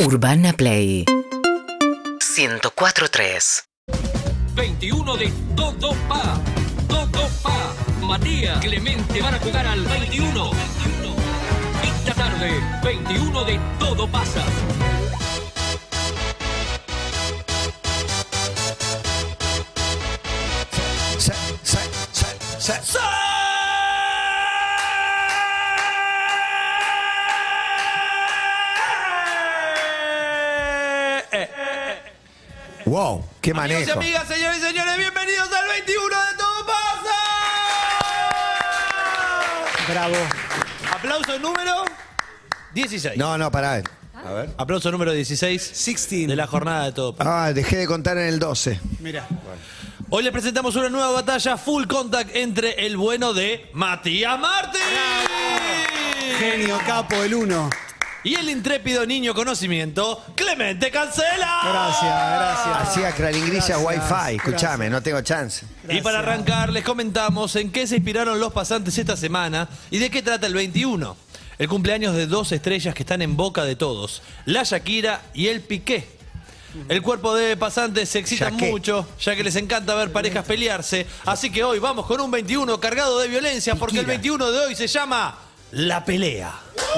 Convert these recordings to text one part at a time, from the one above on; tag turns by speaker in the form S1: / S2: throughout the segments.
S1: Urbana Play 104.3
S2: 21 de Todo Pa. Todo Pa. Matías Clemente van a jugar al 21. Esta tarde, 21 de Todo pasa.
S3: Se- se- se- se- Wow, qué
S4: Eh, Amigos y
S3: manejo.
S4: amigas, señores y señores, bienvenidos al 21 de Todo Pasa.
S3: Bravo.
S4: Aplauso número 16.
S3: No, no, pará. A ver.
S4: Aplauso número 16 de
S3: 16.
S4: la jornada de Todo Pasa.
S3: Ah, dejé de contar en el 12.
S4: Hoy les presentamos una nueva batalla full contact entre el bueno de Matías Martín
S5: Genio, capo, el uno.
S4: y el intrépido niño conocimiento Clemente Cancela.
S5: Gracias, gracias.
S3: Hacía claringrisa
S5: Gracias,
S3: wifi. Escuchame, no tengo chance.
S4: Y para arrancar, les comentamos en qué se inspiraron los pasantes esta semana y de qué trata el 21. El cumpleaños de dos estrellas que están en boca de todos, la Shakira y el Piqué. El cuerpo de pasantes se excita
S3: Yaqué.
S4: mucho, ya que les encanta ver parejas pelearse. Así que hoy vamos con un 21 cargado de violencia, porque el 21 de hoy se llama La Pelea.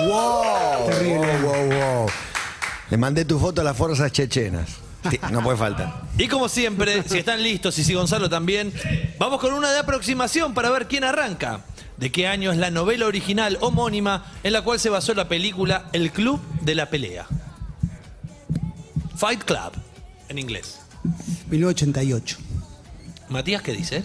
S3: Wow. Terrible. Wow, wow, wow. Le mandé tu foto a las fuerzas chechenas. Sí, No puede faltar.
S4: Y como siempre, si están listos y si Gonzalo también, vamos con una de aproximación para ver quién arranca. ¿De qué año es la novela original homónima en la cual se basó la película El Club de la Pelea? Fight Club, en inglés.
S5: 1988.
S4: Matías, ¿qué dice?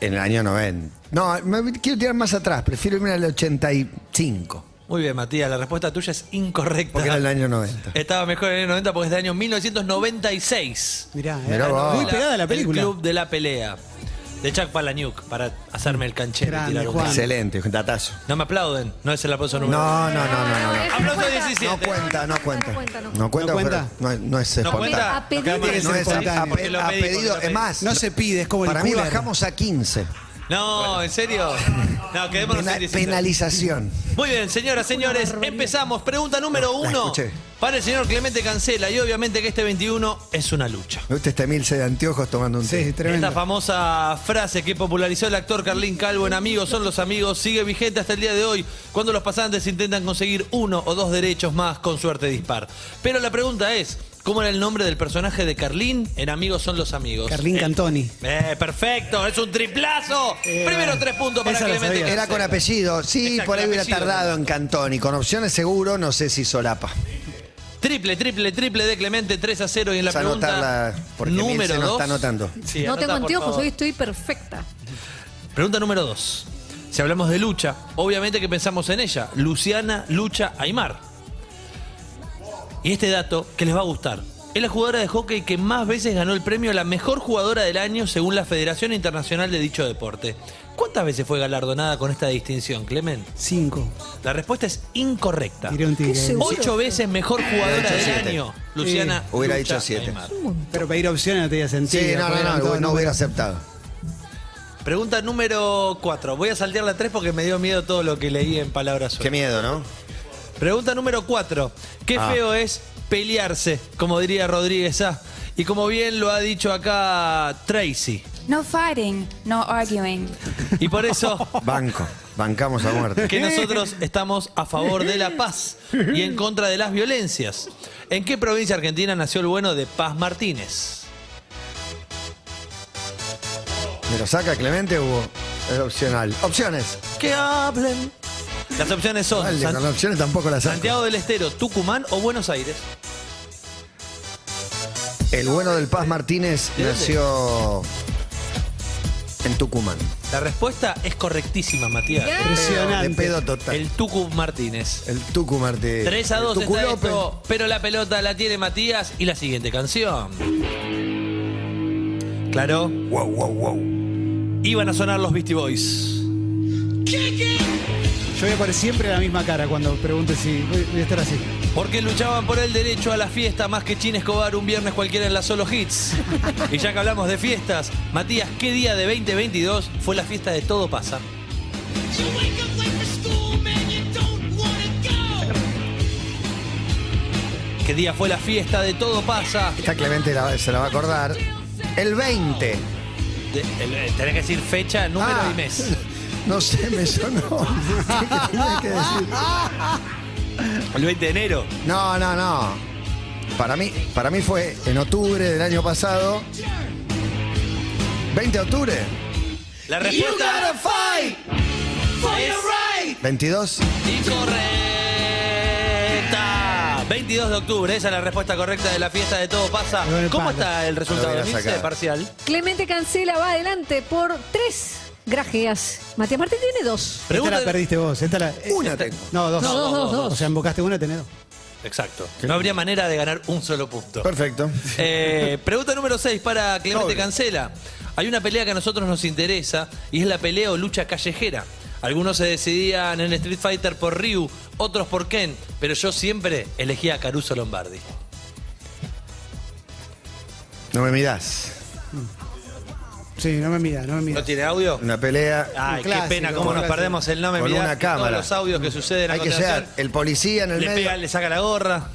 S3: En el año 90. No, me- quiero tirar más atrás. Prefiero irme al 85.
S4: Muy bien, Matías, la respuesta tuya es incorrecta.
S3: Porque era el año 90.
S4: Estaba mejor en el año 90 porque es del año 1996.
S5: Mirá,
S3: Mirá
S5: era
S3: vos.
S5: muy pegada a la película.
S4: El Club de la Pelea, de Chuck Palahniuk, para hacerme el canchero y
S5: Grande,
S4: tirar un
S5: Juan.
S4: grito.
S3: Excelente, un datazo.
S4: No me aplauden, no es el aplauso número uno.
S3: No, no, no, no, no. no.
S4: Aplauso
S6: cuenta.
S4: 17.
S3: No cuenta, no cuenta. No cuenta,
S5: cuenta.
S3: pero no, es- no es
S4: No
S3: espontáneo.
S4: cuenta.
S6: A pedido.
S4: Nos
S3: No
S4: quedamos en
S5: Tiene que
S3: es
S5: ser
S3: a,
S4: esa.
S3: a-
S5: espontáneo.
S4: Porque lo
S3: a
S4: pedí, porque
S3: pedido,
S4: lo
S3: es más.
S5: No se pide, es como el
S3: para mí
S5: cooler.
S3: bajamos a 15.
S4: No, ¿en serio? No, quedémonos
S3: Pena-
S4: en 17.
S3: penalización.
S4: Muy bien, señoras, señores, empezamos. Pregunta número
S3: La
S4: uno
S3: escuché.
S4: para el señor Clemente Cancela. Y obviamente que este 21 es una lucha.
S3: Me gusta este Emilce de anteojos tomando un
S5: Sí,
S3: té.
S5: tremendo.
S4: Esta famosa frase que popularizó el actor Carlín Calvo en Amigos son los amigos sigue vigente hasta el día de hoy, cuando los pasantes intentan conseguir uno o dos derechos más con suerte dispar. Pero la pregunta es, ¿cómo era el nombre del personaje de Carlín en Amigos son los amigos?
S5: Carlín
S4: Eh,
S5: Cantoni.
S4: Eh, perfecto, es un triplazo.
S5: Eh,
S4: Primero tres puntos para
S5: esa la
S4: Clemente.
S5: sabía.
S3: Era con apellido. Sí,
S4: Exacto,
S3: por ahí hubiera
S4: apellido.
S3: tardado en Cantoni. Con opciones seguro, no sé si solapa.
S4: Triple, triple, triple de Clemente, 3 a 0 y en la
S3: Vamos a
S4: pregunta
S3: anotarla, porque
S4: número
S3: Emilce no
S4: 2.
S3: está anotando.
S6: No tengo anteojos, hoy estoy perfecta.
S4: Pregunta número 2. Si hablamos de lucha, obviamente que pensamos en ella, Luciana Lucha Aymar. Y este dato que les va a gustar. Es la jugadora de hockey que más veces ganó el premio a la mejor jugadora del año según la Federación Internacional de dicho deporte. ¿Cuántas veces fue galardonada con esta distinción, Clemente?
S5: Cinco.
S4: La respuesta es incorrecta.
S5: Tiré un
S6: ¿Qué
S5: tigre.
S6: seguro?
S4: Ocho veces mejor
S3: Hubiera
S4: jugadora
S3: dicho
S4: del
S3: siete.
S4: año, Luciana.
S3: Sí. Hubiera
S4: Lucha
S3: dicho siete.
S4: Aymar.
S5: Pero pedir opciones no tenía sentido.
S3: Sí, no,
S5: porque
S3: no,
S5: eran
S3: no,
S5: todos
S3: no, hubiera
S5: números.
S3: aceptado.
S4: Pregunta número 4. Voy a saltear la 3 porque me dio miedo todo lo que leí en palabras
S3: Qué
S4: sueltas.
S3: miedo, ¿no?
S4: Pregunta número 4. Qué
S3: Ah.
S4: feo es pelearse, como diría Rodríguez A. Y como bien lo ha dicho acá Tracy.
S7: No fighting, no arguing.
S4: Y por eso
S3: Banco. Bancamos a muerte.
S4: que nosotros estamos a favor de la paz y en contra de las violencias. ¿En qué provincia argentina nació el bueno de Paz Martínez?
S3: ¿Me lo saca Clemente o es opcional? Opciones.
S4: Que hablen. Las opciones son
S3: Dale,
S4: San-
S3: con las opciones tampoco las saco.
S4: Santiago del Estero, Tucumán o Buenos Aires.
S3: El bueno del Paz Martínez
S4: ¿De dónde?
S3: nació en Tucumán.
S4: La respuesta es correctísima, Matías.
S3: De
S5: Impresionante.
S3: pedo total.
S4: El Tucu Martínez.
S3: El Tucu Martínez.
S4: 3 a 2
S3: El
S4: está
S3: Tuculope.
S4: esto, pero la pelota la tiene Matías y la siguiente canción. Claro,
S3: Wow, wow, wow.
S4: iban a sonar los Beastie Boys.
S5: Yo voy a poner siempre la misma cara cuando pregunte si voy voy a estar así.
S4: Porque luchaban por el derecho a la fiesta más que Chin Escobar un viernes cualquiera en la Solo Hits. Y ya que hablamos de fiestas, Matías, ¿qué día de 2022 fue la fiesta de Todo Pasa? ¿Qué día fue la fiesta de Todo Pasa?
S3: Esta Clemente la- se la va a acordar. El 20.
S4: De- el- eh, tenés que decir fecha, número
S3: Ah.
S4: y mes.
S3: No sé, me sonó. ¿Qué tenía que decir?
S4: El 20 de enero.
S3: No, no, no. Para mí, para mí fue en octubre del año pasado. 20 de octubre.
S4: La respuesta es
S3: 22.
S4: incorrecta. 22 de octubre, esa es la respuesta correcta de la fiesta de Todo Pasa.
S5: Lo del
S4: ¿Cómo
S5: palo.
S4: está el resultado?
S3: Lo hubiera
S4: Emilce,
S3: sacado.
S4: parcial.
S6: Clemente Cancela va adelante por tres grajeas. Matías Martín tiene dos.
S5: Esta
S4: Pregunta-
S5: la perdiste vos. Esta la, eh,
S3: Una tengo.
S5: no, dos.
S6: No, dos, dos, dos.
S5: O sea, invocaste una, tenés dos.
S4: Exacto. No habría manera de ganar un solo punto.
S3: Perfecto.
S4: Eh, pregunta número 6 para Clemente Cancela. Hay una pelea que a nosotros nos interesa y es la pelea o lucha callejera. Algunos se decidían en Street Fighter por Ryu, otros por Ken, pero yo siempre elegía a Caruso Lombardi.
S3: No me mirás.
S5: Sí, no me mira, no me mira.
S4: ¿No tiene audio?
S3: Una pelea.
S4: Ay,
S5: Un clásico,
S4: qué pena, cómo
S5: un
S4: nos
S5: clásico.
S4: perdemos el nombre.
S3: Con
S4: mirá,
S3: una
S4: y
S3: cámara.
S4: Todos los audios que suceden a
S3: Hay que ser
S4: continuación.
S3: el policía en el
S4: Le
S3: medio.
S4: pega, le saca la gorra.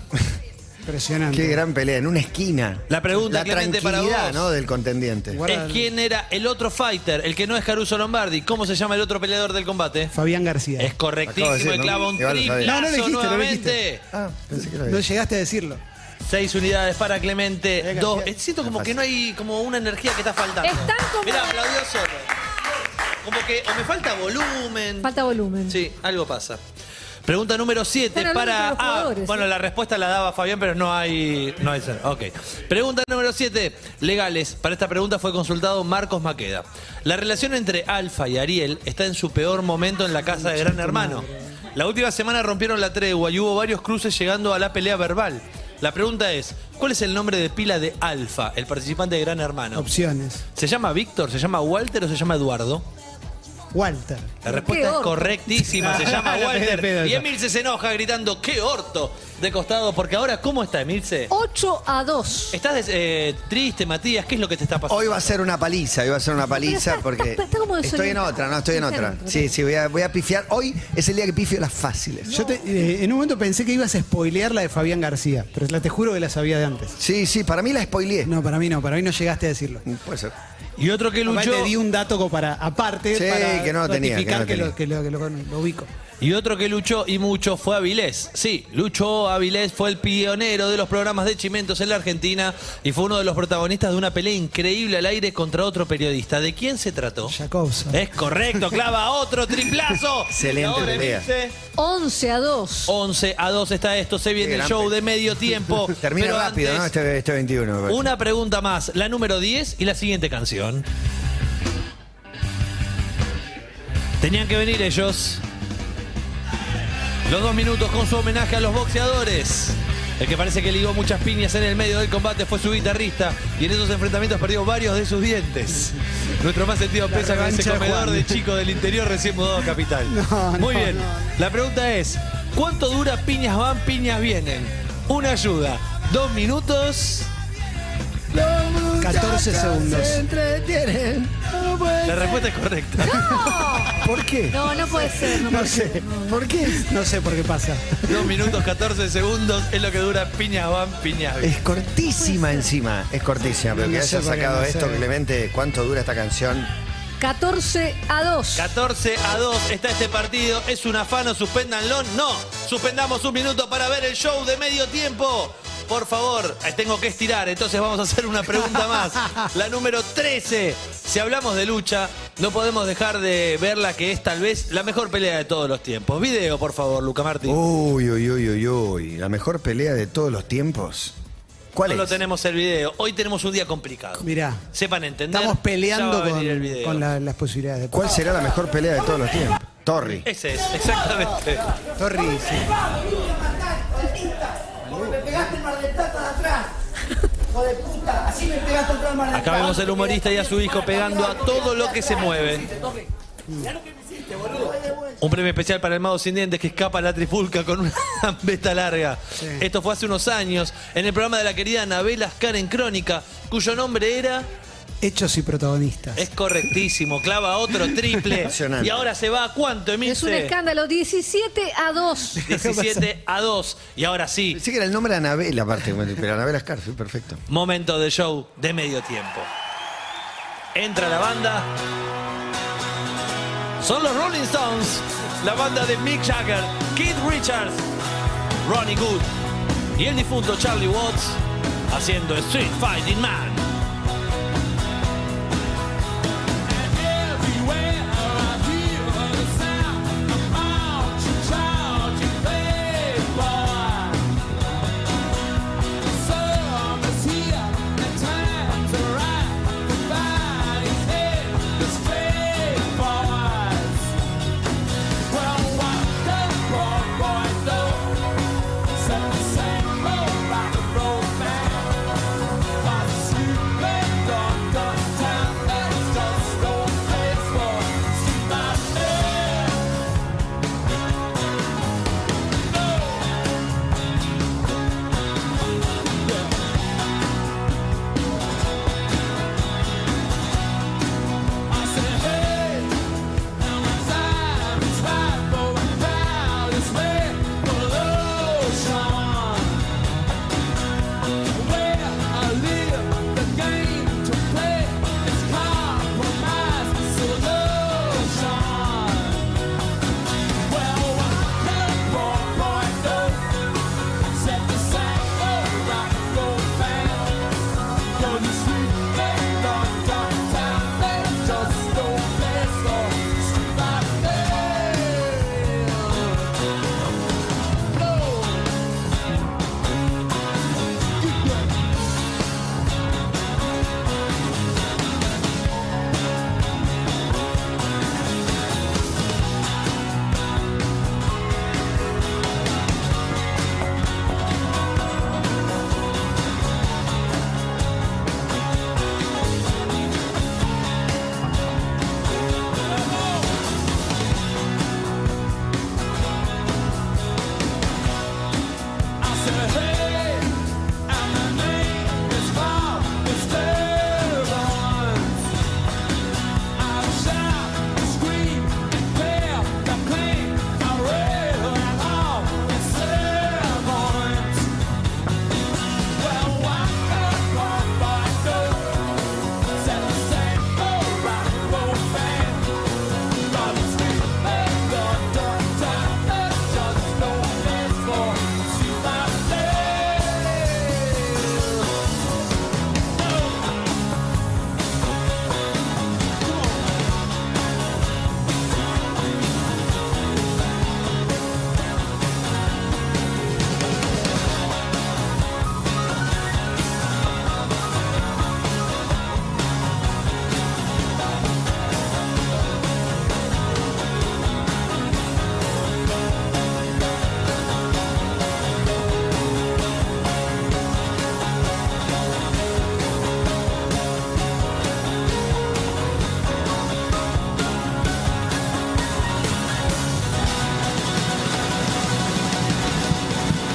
S5: Impresionante.
S3: Qué gran pelea, en una esquina.
S4: La pregunta,
S3: la
S4: Clemente, para
S3: tranquilidad,
S4: vos.
S3: ¿no? Del contendiente.
S5: Guarda-
S4: Es quién era el otro fighter, el que no es Caruso Lombardi. ¿Cómo se llama el otro peleador del combate?
S5: Fabián García.
S4: Es correctísimo,
S3: Acabo de decir,
S4: y
S3: ¿no?
S4: clava un
S3: Igual lo sabía.
S4: triplazo
S5: No, no lo dijiste, no lo
S4: nuevamente.
S5: dijiste.
S3: Ah, pensé que lo
S5: No
S3: había.
S5: llegaste a decirlo.
S4: Seis unidades para Clemente.
S5: Venga,
S4: Dos.
S5: García.
S4: Eh, Siento como
S3: Fácil.
S4: que no hay como una energía que está faltando.
S6: Están como-
S4: Mirá, aplaudió solo. Como que o me falta volumen.
S6: Falta volumen.
S4: Sí, algo pasa. Pregunta número 7
S6: Están hablando
S4: para.
S6: entre los
S4: ah,
S6: jugadores,
S4: bueno,
S6: ¿eh?
S4: la respuesta la daba Fabián, pero no hay. No hay. Ok. Pregunta número 7. Legales. Para esta pregunta fue consultado Marcos Maqueda. La relación entre Alfa y Ariel está en su peor momento en la casa de Gran Hermano. La última semana rompieron la tregua y hubo varios cruces llegando a la pelea verbal. La pregunta es: ¿cuál es el nombre de pila de Alfa, el participante de Gran Hermano?
S5: Opciones.
S4: ¿Se llama Víctor? ¿Se llama Walter o se llama Eduardo?
S5: Walter.
S4: La respuesta es
S6: orto?
S4: correctísima, se llama
S5: La pedo, pedo
S4: Walter. Y
S5: esa.
S4: Emilce se enoja gritando, ¡qué orto! De costado, porque ahora, ¿cómo está Emilce?
S6: 8 a 2.
S4: ¿Estás eh, triste, Matías? ¿qué es lo que te está pasando?
S3: Hoy va a ser una paliza, hoy va a ser una paliza
S6: está-
S3: porque
S6: está- está
S3: estoy
S6: como
S3: en
S6: desorientado.
S3: otra, no, estoy en
S6: Está en
S3: otra.
S6: otra,
S3: Sí,
S6: está.
S3: sí, voy a, voy a pifiar. Hoy es el día que pifio las fáciles.
S5: Yo te- eh, en un momento pensé que ibas a spoilear la de Fabián García, pero la, te juro que la sabía de antes.
S3: Sí, sí, para mí la spoileé.
S5: No, para mí no, para mí no llegaste a decirlo.
S3: Puede ser.
S4: Y otro que
S5: Aparte
S4: luchó,
S5: te di un dato como para aparte
S3: Sí,
S5: para
S3: que no lo tenía, que no lo
S5: ratificar que,
S3: tenía.
S5: lo, que, lo, que lo- lo ubico.
S4: y otro que luchó y mucho fue Avilés. Sí, luchó Avilés, fue el pionero de los programas de Chimentos en la Argentina y fue uno de los protagonistas de una pelea increíble al aire contra otro periodista. ¿De quién se trató?
S5: Jacobson.
S4: Es correcto, clava otro triplazo.
S3: Excelente
S4: Y ahora
S3: pelea.
S4: Emilce
S6: 11 a
S5: Oh.
S6: 2.
S4: 11 a 2 está esto, se viene
S3: Qué
S4: el
S3: gran
S4: show
S3: pelea.
S4: de medio tiempo.
S3: Termina
S4: pero
S3: rápido,
S4: antes,
S3: ¿no? Este, este 21. me parece.
S4: Una pregunta más, la número 10 y la siguiente canción. Tenían que venir ellos. Los dos minutos con su homenaje a los boxeadores. El que parece que ligó muchas piñas en el medio del combate fue su guitarrista y en esos enfrentamientos perdió varios de sus dientes. Nuestro más sentido pesa con ese
S5: revancha de
S4: comedor
S5: Juan.
S4: de chico del interior recién mudado a Capital.
S5: No,
S4: Muy
S5: no,
S4: bien.
S5: no, no.
S4: La pregunta es, ¿cuánto dura piñas van, piñas vienen? Una ayuda. Dos minutos.
S5: 14 segundos.
S4: La respuesta es correcta.
S3: ¿Por qué?
S6: No, no puede ser. No,
S5: No
S6: puede ser.
S5: sé. ¿Por qué? No sé por qué pasa.
S4: Dos minutos 14 segundos es lo que dura piñas van, piñas vienen.
S3: Es cortísima encima. Es cortísima, pero
S5: No
S3: que
S5: sé
S3: hayas
S5: por qué,
S3: sacado
S5: no sé.
S3: esto, Clemente, ¿cuánto dura esta canción?
S6: 14 a 2.
S4: 14 a 2 está este partido. ¿Es un afano? ¿Suspéndanlo? No. Suspendamos un minuto para ver el show de medio tiempo. Por favor, eh, tengo que estirar, entonces vamos a hacer una pregunta más. La número 13. Si hablamos de lucha, no podemos dejar de ver la que es tal vez la mejor pelea de todos los tiempos. Video, por favor, Luca Martín.
S5: Uh,
S3: Uy, uy, uy, uy, uy. La mejor pelea de todos los tiempos. ¿Cuál
S4: no lo
S3: es?
S4: tenemos el video. Hoy tenemos un día complicado.
S5: Mirá.
S4: Sepan entender.
S5: Estamos
S4: ya
S5: peleando
S4: va a venir el video.
S5: con, con la- las posibilidades.
S3: ¿Cuál será la mejor pelea de todos los tiempos? Torri.
S4: Ese es, exactamente.
S5: Torri, sí.
S4: Acá vemos el humorista y a su hijo pegando a todo lo que se mueve. Un premio especial para el mago sin dientes que escapa a la trifulca con una beta larga. Esto fue hace unos años en el programa de la querida Anabel Ascar en Crónica, cuyo nombre era
S5: Hechos y protagonistas.
S4: Es correctísimo, clava otro triple.
S3: Impresionante.
S4: y ahora se va a cuánto, Emilce?
S6: Es un escándalo, 17 a 2.
S4: 17 a 2. Y ahora sí,
S3: Pensé que era el nombre de Anabel, aparte, bueno, pero Anabel Scarfi, perfecto.
S4: momento de show de medio tiempo. Entra la banda. Son los Rolling Stones, la banda de Mick Jagger, Keith Richards, Ronnie Good y el difunto Charlie Watts haciendo Street Fighting Man.
S2: "Oh,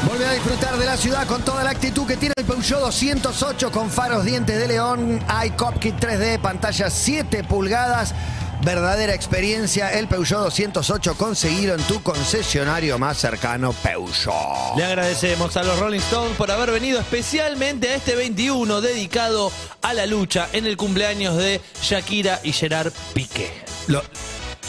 S3: Volver a disfrutar de la ciudad con toda la actitud que tiene el Peugeot 208 con faros dientes de león, iCop Kit 3D, pantalla 7 pulgadas. Verdadera experiencia, el Peugeot 208 conseguido en tu concesionario más cercano, Peugeot.
S4: Le agradecemos a los Rolling Stones por haber venido especialmente a este 21 dedicado a la lucha en el cumpleaños de Shakira y Gerard Piqué.
S3: Lo-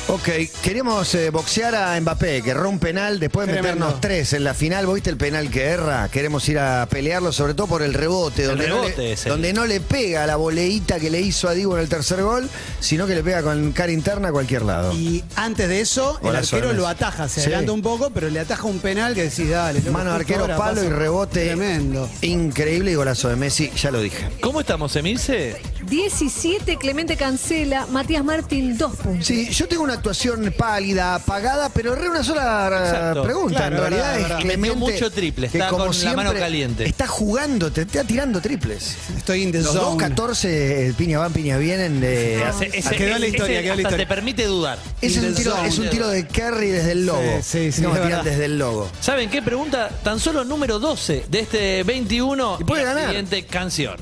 S3: Ok, queríamos eh, boxear a Mbappé, que erró un penal, después de
S5: Tremendo.
S3: meternos tres en la final, ¿vos viste el penal que erra? Queremos ir a pelearlo, sobre todo por el rebote, donde, no,
S4: rebote
S3: le,
S4: es el-
S3: donde no le pega la boleíta que le hizo a Divo en el tercer gol, sino que le pega con cara interna a cualquier lado.
S5: Y antes de eso, el
S3: Golazo de
S5: arquero
S3: Messi.
S5: lo ataja, se
S3: Sí.
S5: adelanta un poco, pero le ataja un penal que decís, dale. loco,
S3: Mano de
S5: justo
S3: arquero,
S5: ahora
S3: palo
S5: pasa-
S3: y rebote.
S5: Tremendo.
S3: Increíble y golazo de Messi, ya lo dije.
S4: ¿Cómo estamos, Emilce?
S6: 17 Clemente Cancela, Matías Martín 2 puntos.
S3: Sí, yo tengo una actuación pálida, apagada, pero re una sola eh,
S4: Exacto.
S3: pregunta.
S5: Claro,
S3: en
S5: es
S3: realidad
S5: verdad, es
S3: es
S5: verdad.
S3: Clemente.
S4: Metió mucho triple,
S3: que
S4: está
S3: como
S4: con la mano caliente.
S3: Está jugando, te está tirando triples.
S5: Estoy in the
S3: Los dos
S5: zone.
S3: 14, eh, piña van, piña vienen. eh,
S4: Ese-
S3: hace-
S4: ese-
S5: quedó la
S4: ese
S5: historia, quedó la
S4: hasta
S5: historia.
S4: te permite dudar.
S3: ese es
S5: in
S3: un,
S5: the
S3: tiro,
S5: zone.
S3: es un tiro de Kerry desde el logo.
S5: Sí, sí, sí,
S3: no,
S5: es
S3: tiran
S5: verdad.
S3: desde el logo.
S4: ¿Saben qué? Pregunta tan solo número 12 de este 21
S3: Y puede
S4: la
S3: ganar.
S4: siguiente canción.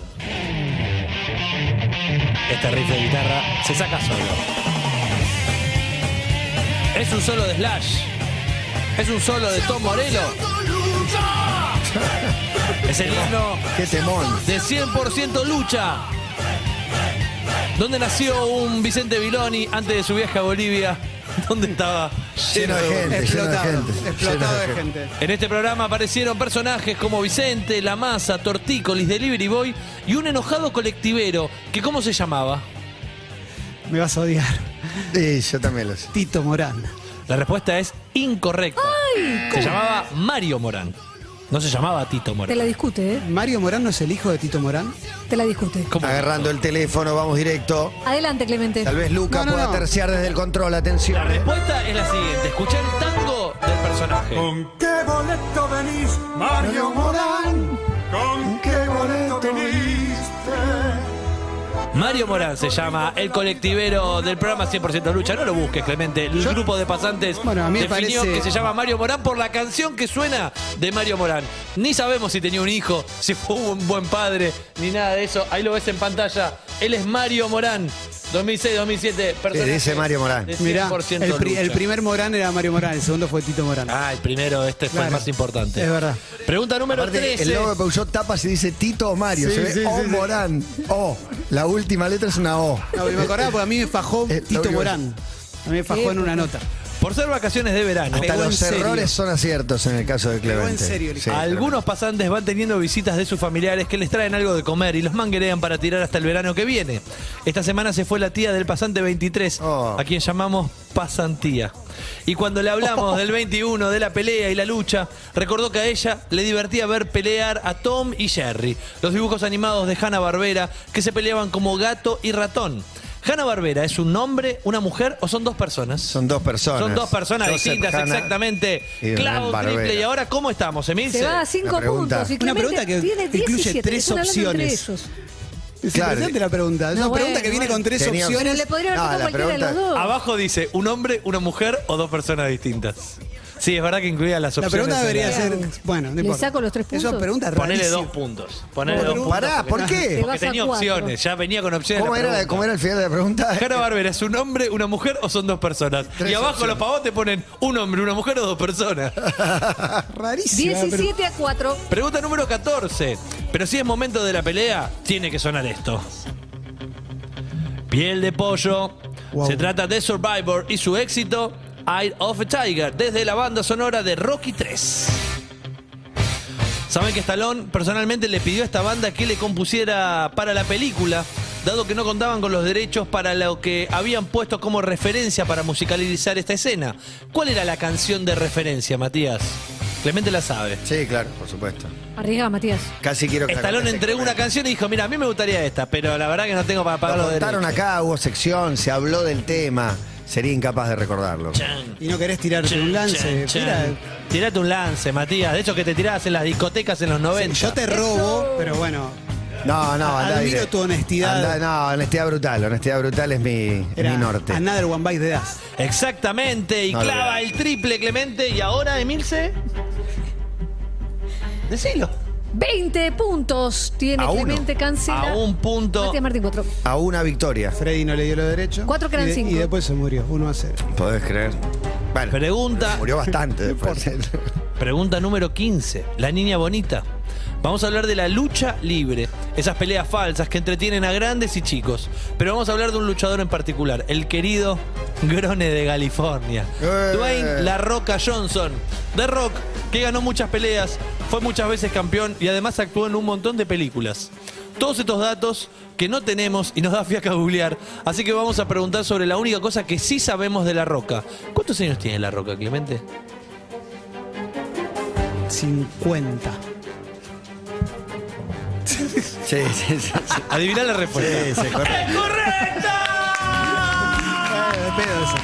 S4: Este riff de guitarra se saca solo. Es un solo de Slash. Es un solo de Tom Morello. Es el himno
S3: Qué temón.
S4: de 100% lucha. Donde nació un Vicente Viloni antes de su viaje a Bolivia, donde estaba
S3: Lleno de gente,
S5: Explotado,
S3: lleno de gente.
S5: explotado
S3: lleno
S5: de gente.
S4: En este programa aparecieron personajes como Vicente, La Masa, Tortícolis, Delivery Boy y un enojado colectivero que ¿cómo se llamaba?
S5: Me vas a odiar.
S3: Sí, yo también lo sé.
S5: Tito Morán.
S4: La respuesta es incorrecta. se llamaba Mario Morán. No se llamaba Tito
S6: Te
S4: Morán.
S6: la discute, ¿eh?
S5: ¿Mario Morán no es el hijo de Tito Morán?
S6: Te la discute.
S4: ¿Cómo?
S3: Agarrando el teléfono, vamos directo.
S6: Adelante, Clemente.
S3: Tal vez Luca
S5: No, no,
S3: pueda
S5: no.
S3: terciar desde el control, atención.
S4: La respuesta es la siguiente. Escuchar el tango del personaje.
S1: ¿Con qué boleto venís, Mario Morán? ¿Con qué boleto viniste?
S4: Mario Morán se llama el colectivero del programa 100% Lucha. No lo busques, Clemente. El grupo de pasantes
S5: Bueno, a mí me
S4: definió
S5: parece-
S4: que se llama Mario Morán por la canción que suena de Mario Morán. Ni sabemos si tenía un hijo, si fue un buen padre, ni nada de eso. Ahí lo ves en pantalla. Él es Mario Morán. 2006-2007. personaje
S3: dice Mario Morán.
S4: de
S5: Mirá,
S4: 100%
S5: el, pri-
S4: Lucha.
S5: el primer Morán era Mario Morán, el segundo fue Tito Morán.
S4: Ah, el primero, este fue el
S5: Claro.
S4: más importante.
S5: Es verdad.
S4: Pregunta número
S3: Aparte,
S4: 13.
S3: el logo de Peugeot tapa si dice Tito o Mario.
S5: Sí,
S3: se ve
S5: sí,
S3: O
S5: sí, sí.
S3: Morán. O. La última letra es una O.
S5: No, me acordaba porque a mí me fajó
S3: Eh, lo
S5: Tito
S3: único-
S5: Morán. A mí me fajó en una nota.
S4: Por ser vacaciones de verano.
S3: Hasta
S5: Pegó en
S3: los
S5: serio.
S3: errores son aciertos en el caso de
S5: Pegó en
S3: Clemente.
S5: serio el hijo.
S4: Algunos pasantes van teniendo visitas de sus familiares que les traen algo de comer y los manguerean para tirar hasta el verano que viene. Esta semana se fue la tía del pasante 23,
S3: Oh.
S4: a quien llamamos pasantía. Y cuando le hablamos del 21, de la pelea y la lucha, recordó que a ella le divertía ver pelear a Tom y Jerry, los dibujos animados de Hanna-Barbera que se peleaban como gato y ratón. ¿Hanna-Barbera es un hombre, una mujer o son dos personas?
S3: Son dos personas.
S4: Son dos personas
S3: Joseph
S4: distintas,
S3: Hanna
S4: exactamente.
S3: y Hernán
S4: Clavo
S3: Barbera.
S4: triple. Y ahora, ¿cómo estamos, Emil?
S6: Se va a cinco
S3: Una pregunta.
S6: puntos. Y
S5: Una
S6: Clemente
S5: pregunta que
S6: tiene
S5: incluye
S6: 17,
S5: tres
S6: están hablando
S5: opciones.
S6: entre ellos.
S5: Es
S3: Claro.
S5: interesante la pregunta. Es
S6: No,
S5: una
S6: bueno,
S5: pregunta que viene
S6: bueno.
S5: con tres
S3: Tenía-
S6: Pero
S5: opciones.
S6: le podría haber
S3: No,
S6: tocado
S3: la
S6: cualquiera de los
S3: pregunta-
S6: dos.
S4: Abajo dice un hombre, una mujer o dos personas distintas. Sí, es verdad que incluía las
S5: La
S4: opciones.
S5: pregunta
S4: en
S5: debería
S4: la-
S5: ser. Bueno, no
S6: Le
S5: importa.
S6: saco los tres
S5: Es una
S6: puntos.
S5: pregunta
S4: Ponele
S5: rarísima.
S4: dos puntos. Ponele dos puntos.
S3: Pará, ¿por
S6: Te
S3: qué?
S6: va-
S4: Porque
S6: Vas a
S4: tenía
S6: cuatro.
S4: opciones, ya venía con opciones.
S3: ¿Cómo
S4: la
S3: era, la-
S4: pregunta.
S3: ¿Cómo era el final de la pregunta?
S4: Hanna Barbera, ¿es un hombre, una mujer o son dos personas?
S3: Tres
S4: y abajo
S3: opciones.
S4: los pavotes ponen un hombre, una mujer o dos personas.
S5: Rarísima. la pregunta.
S6: 17 a 4.
S4: Pregunta número 14. Pero si es momento de la pelea, tiene que sonar esto. Piel de pollo.
S5: Wow.
S4: Se trata de Survivor y su éxito, Eye of a Tiger, desde la banda sonora de Rocky 3. Saben que Stallone personalmente le pidió a esta banda que le compusiera para la película, dado que no contaban con los derechos para lo que habían puesto como referencia para musicalizar esta escena. ¿Cuál era la canción de referencia, Matías? Clemente la sabe.
S3: Sí, claro, por supuesto.
S6: Arriesga, Matías.
S3: Casi quiero que la
S4: Estalón
S3: contaste,
S4: entregó una
S3: Clemente.
S4: canción y dijo, mira, a mí me gustaría esta, pero la verdad que no tengo para pagar
S3: Lo
S4: los derechos.
S3: contaron acá, hubo sección, se habló del tema. Sería incapaz de recordarlo.
S5: Y no querés tirarte un lance. Mira,
S4: Tirate un lance, Matías. De hecho, que te tirabas en las discotecas en los 90.
S5: yo te robo, pero bueno.
S3: No, no, andá
S5: Admiro
S3: directo.
S5: tu honestidad.
S3: Andá- no, honestidad brutal. Honestidad brutal es mi,
S5: Era
S3: mi norte.
S5: Another One Bites de Das.
S4: Exactamente. Y
S3: No,
S4: clava
S3: no.
S4: el triple, Clemente. Y ahora, Emilce... Decilo.
S6: 20 puntos tiene
S3: A uno.
S6: Clemente Cancela.
S4: A un punto.
S6: Matías Martín 4.
S3: A una victoria.
S5: Freddy no le dio los derechos.
S6: Cuatro que
S5: y
S6: eran
S5: de-
S6: cinco.
S5: Y después se murió, 1 a 0.
S3: ¿Podés creer? Bueno,
S4: Pregunta...
S3: murió bastante después.
S4: Pregunta número 15. La niña bonita. Vamos a hablar de la lucha libre, esas peleas falsas que entretienen a grandes y chicos. Pero vamos a hablar de un luchador en particular, el querido Grone de California.
S3: ¡Eh!
S4: Dwayne La Roca Johnson. The Rock, que ganó muchas peleas, fue muchas veces campeón y además actuó en un montón de películas. Todos estos datos que no tenemos y nos da fiaca googlear, así que vamos a preguntar sobre la única cosa que sí sabemos de La Roca. ¿Cuántos años tiene La Roca, Clemente?
S5: 50.
S3: sí, sí, sí, sí.
S4: Adiviná la respuesta.
S3: Sí, se corre.
S4: ¡Es correcta!
S5: Eh, de pedo eso.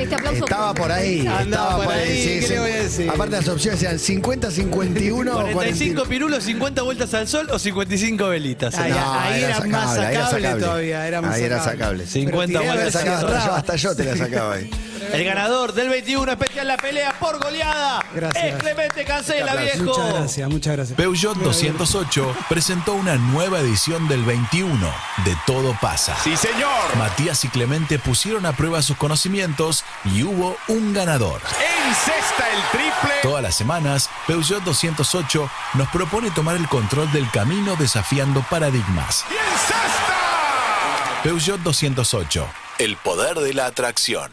S6: Este aplauso.
S3: Estaba por ahí.
S5: Andaba
S3: estaba por
S5: por
S3: ahí.
S5: ahí,
S3: sí,
S5: ¿qué
S3: sí.
S5: le voy a decir?
S3: Aparte las opciones eran 50, 51 o
S4: 45
S3: 45.
S4: pirulos, 50 vueltas al sol o 55 velitas.
S5: Ahí, ahí era, más
S3: sacable, ahí
S5: sacable,
S3: era sacable.
S5: todavía. Era más
S3: Ahí era
S5: sacable.
S3: sacable.
S4: Sí, 50
S5: Pero tiré a
S3: Te
S4: más
S5: ver
S3: la
S5: si
S3: sacaba,
S5: agarraba.
S3: yo- hasta yo te la sacaba ahí.
S5: Pero
S8: El ganador del 21 especial La Pelea por Goleada.
S5: Gracias.
S8: Es Clemente Cancela, viejo.
S5: Muchas gracias, muchas gracias.
S4: Peugeot 208 presentó una nueva edición del 21 de Todo pasa.
S9: Sí, señor.
S4: Matías y Clemente pusieron a prueba sus conocimientos y hubo un ganador.
S9: Encesta el triple.
S4: Todas las semanas, Peugeot 208 nos propone tomar el control del camino desafiando paradigmas.
S9: Y encesta.
S4: Peugeot 208, el poder de la atracción.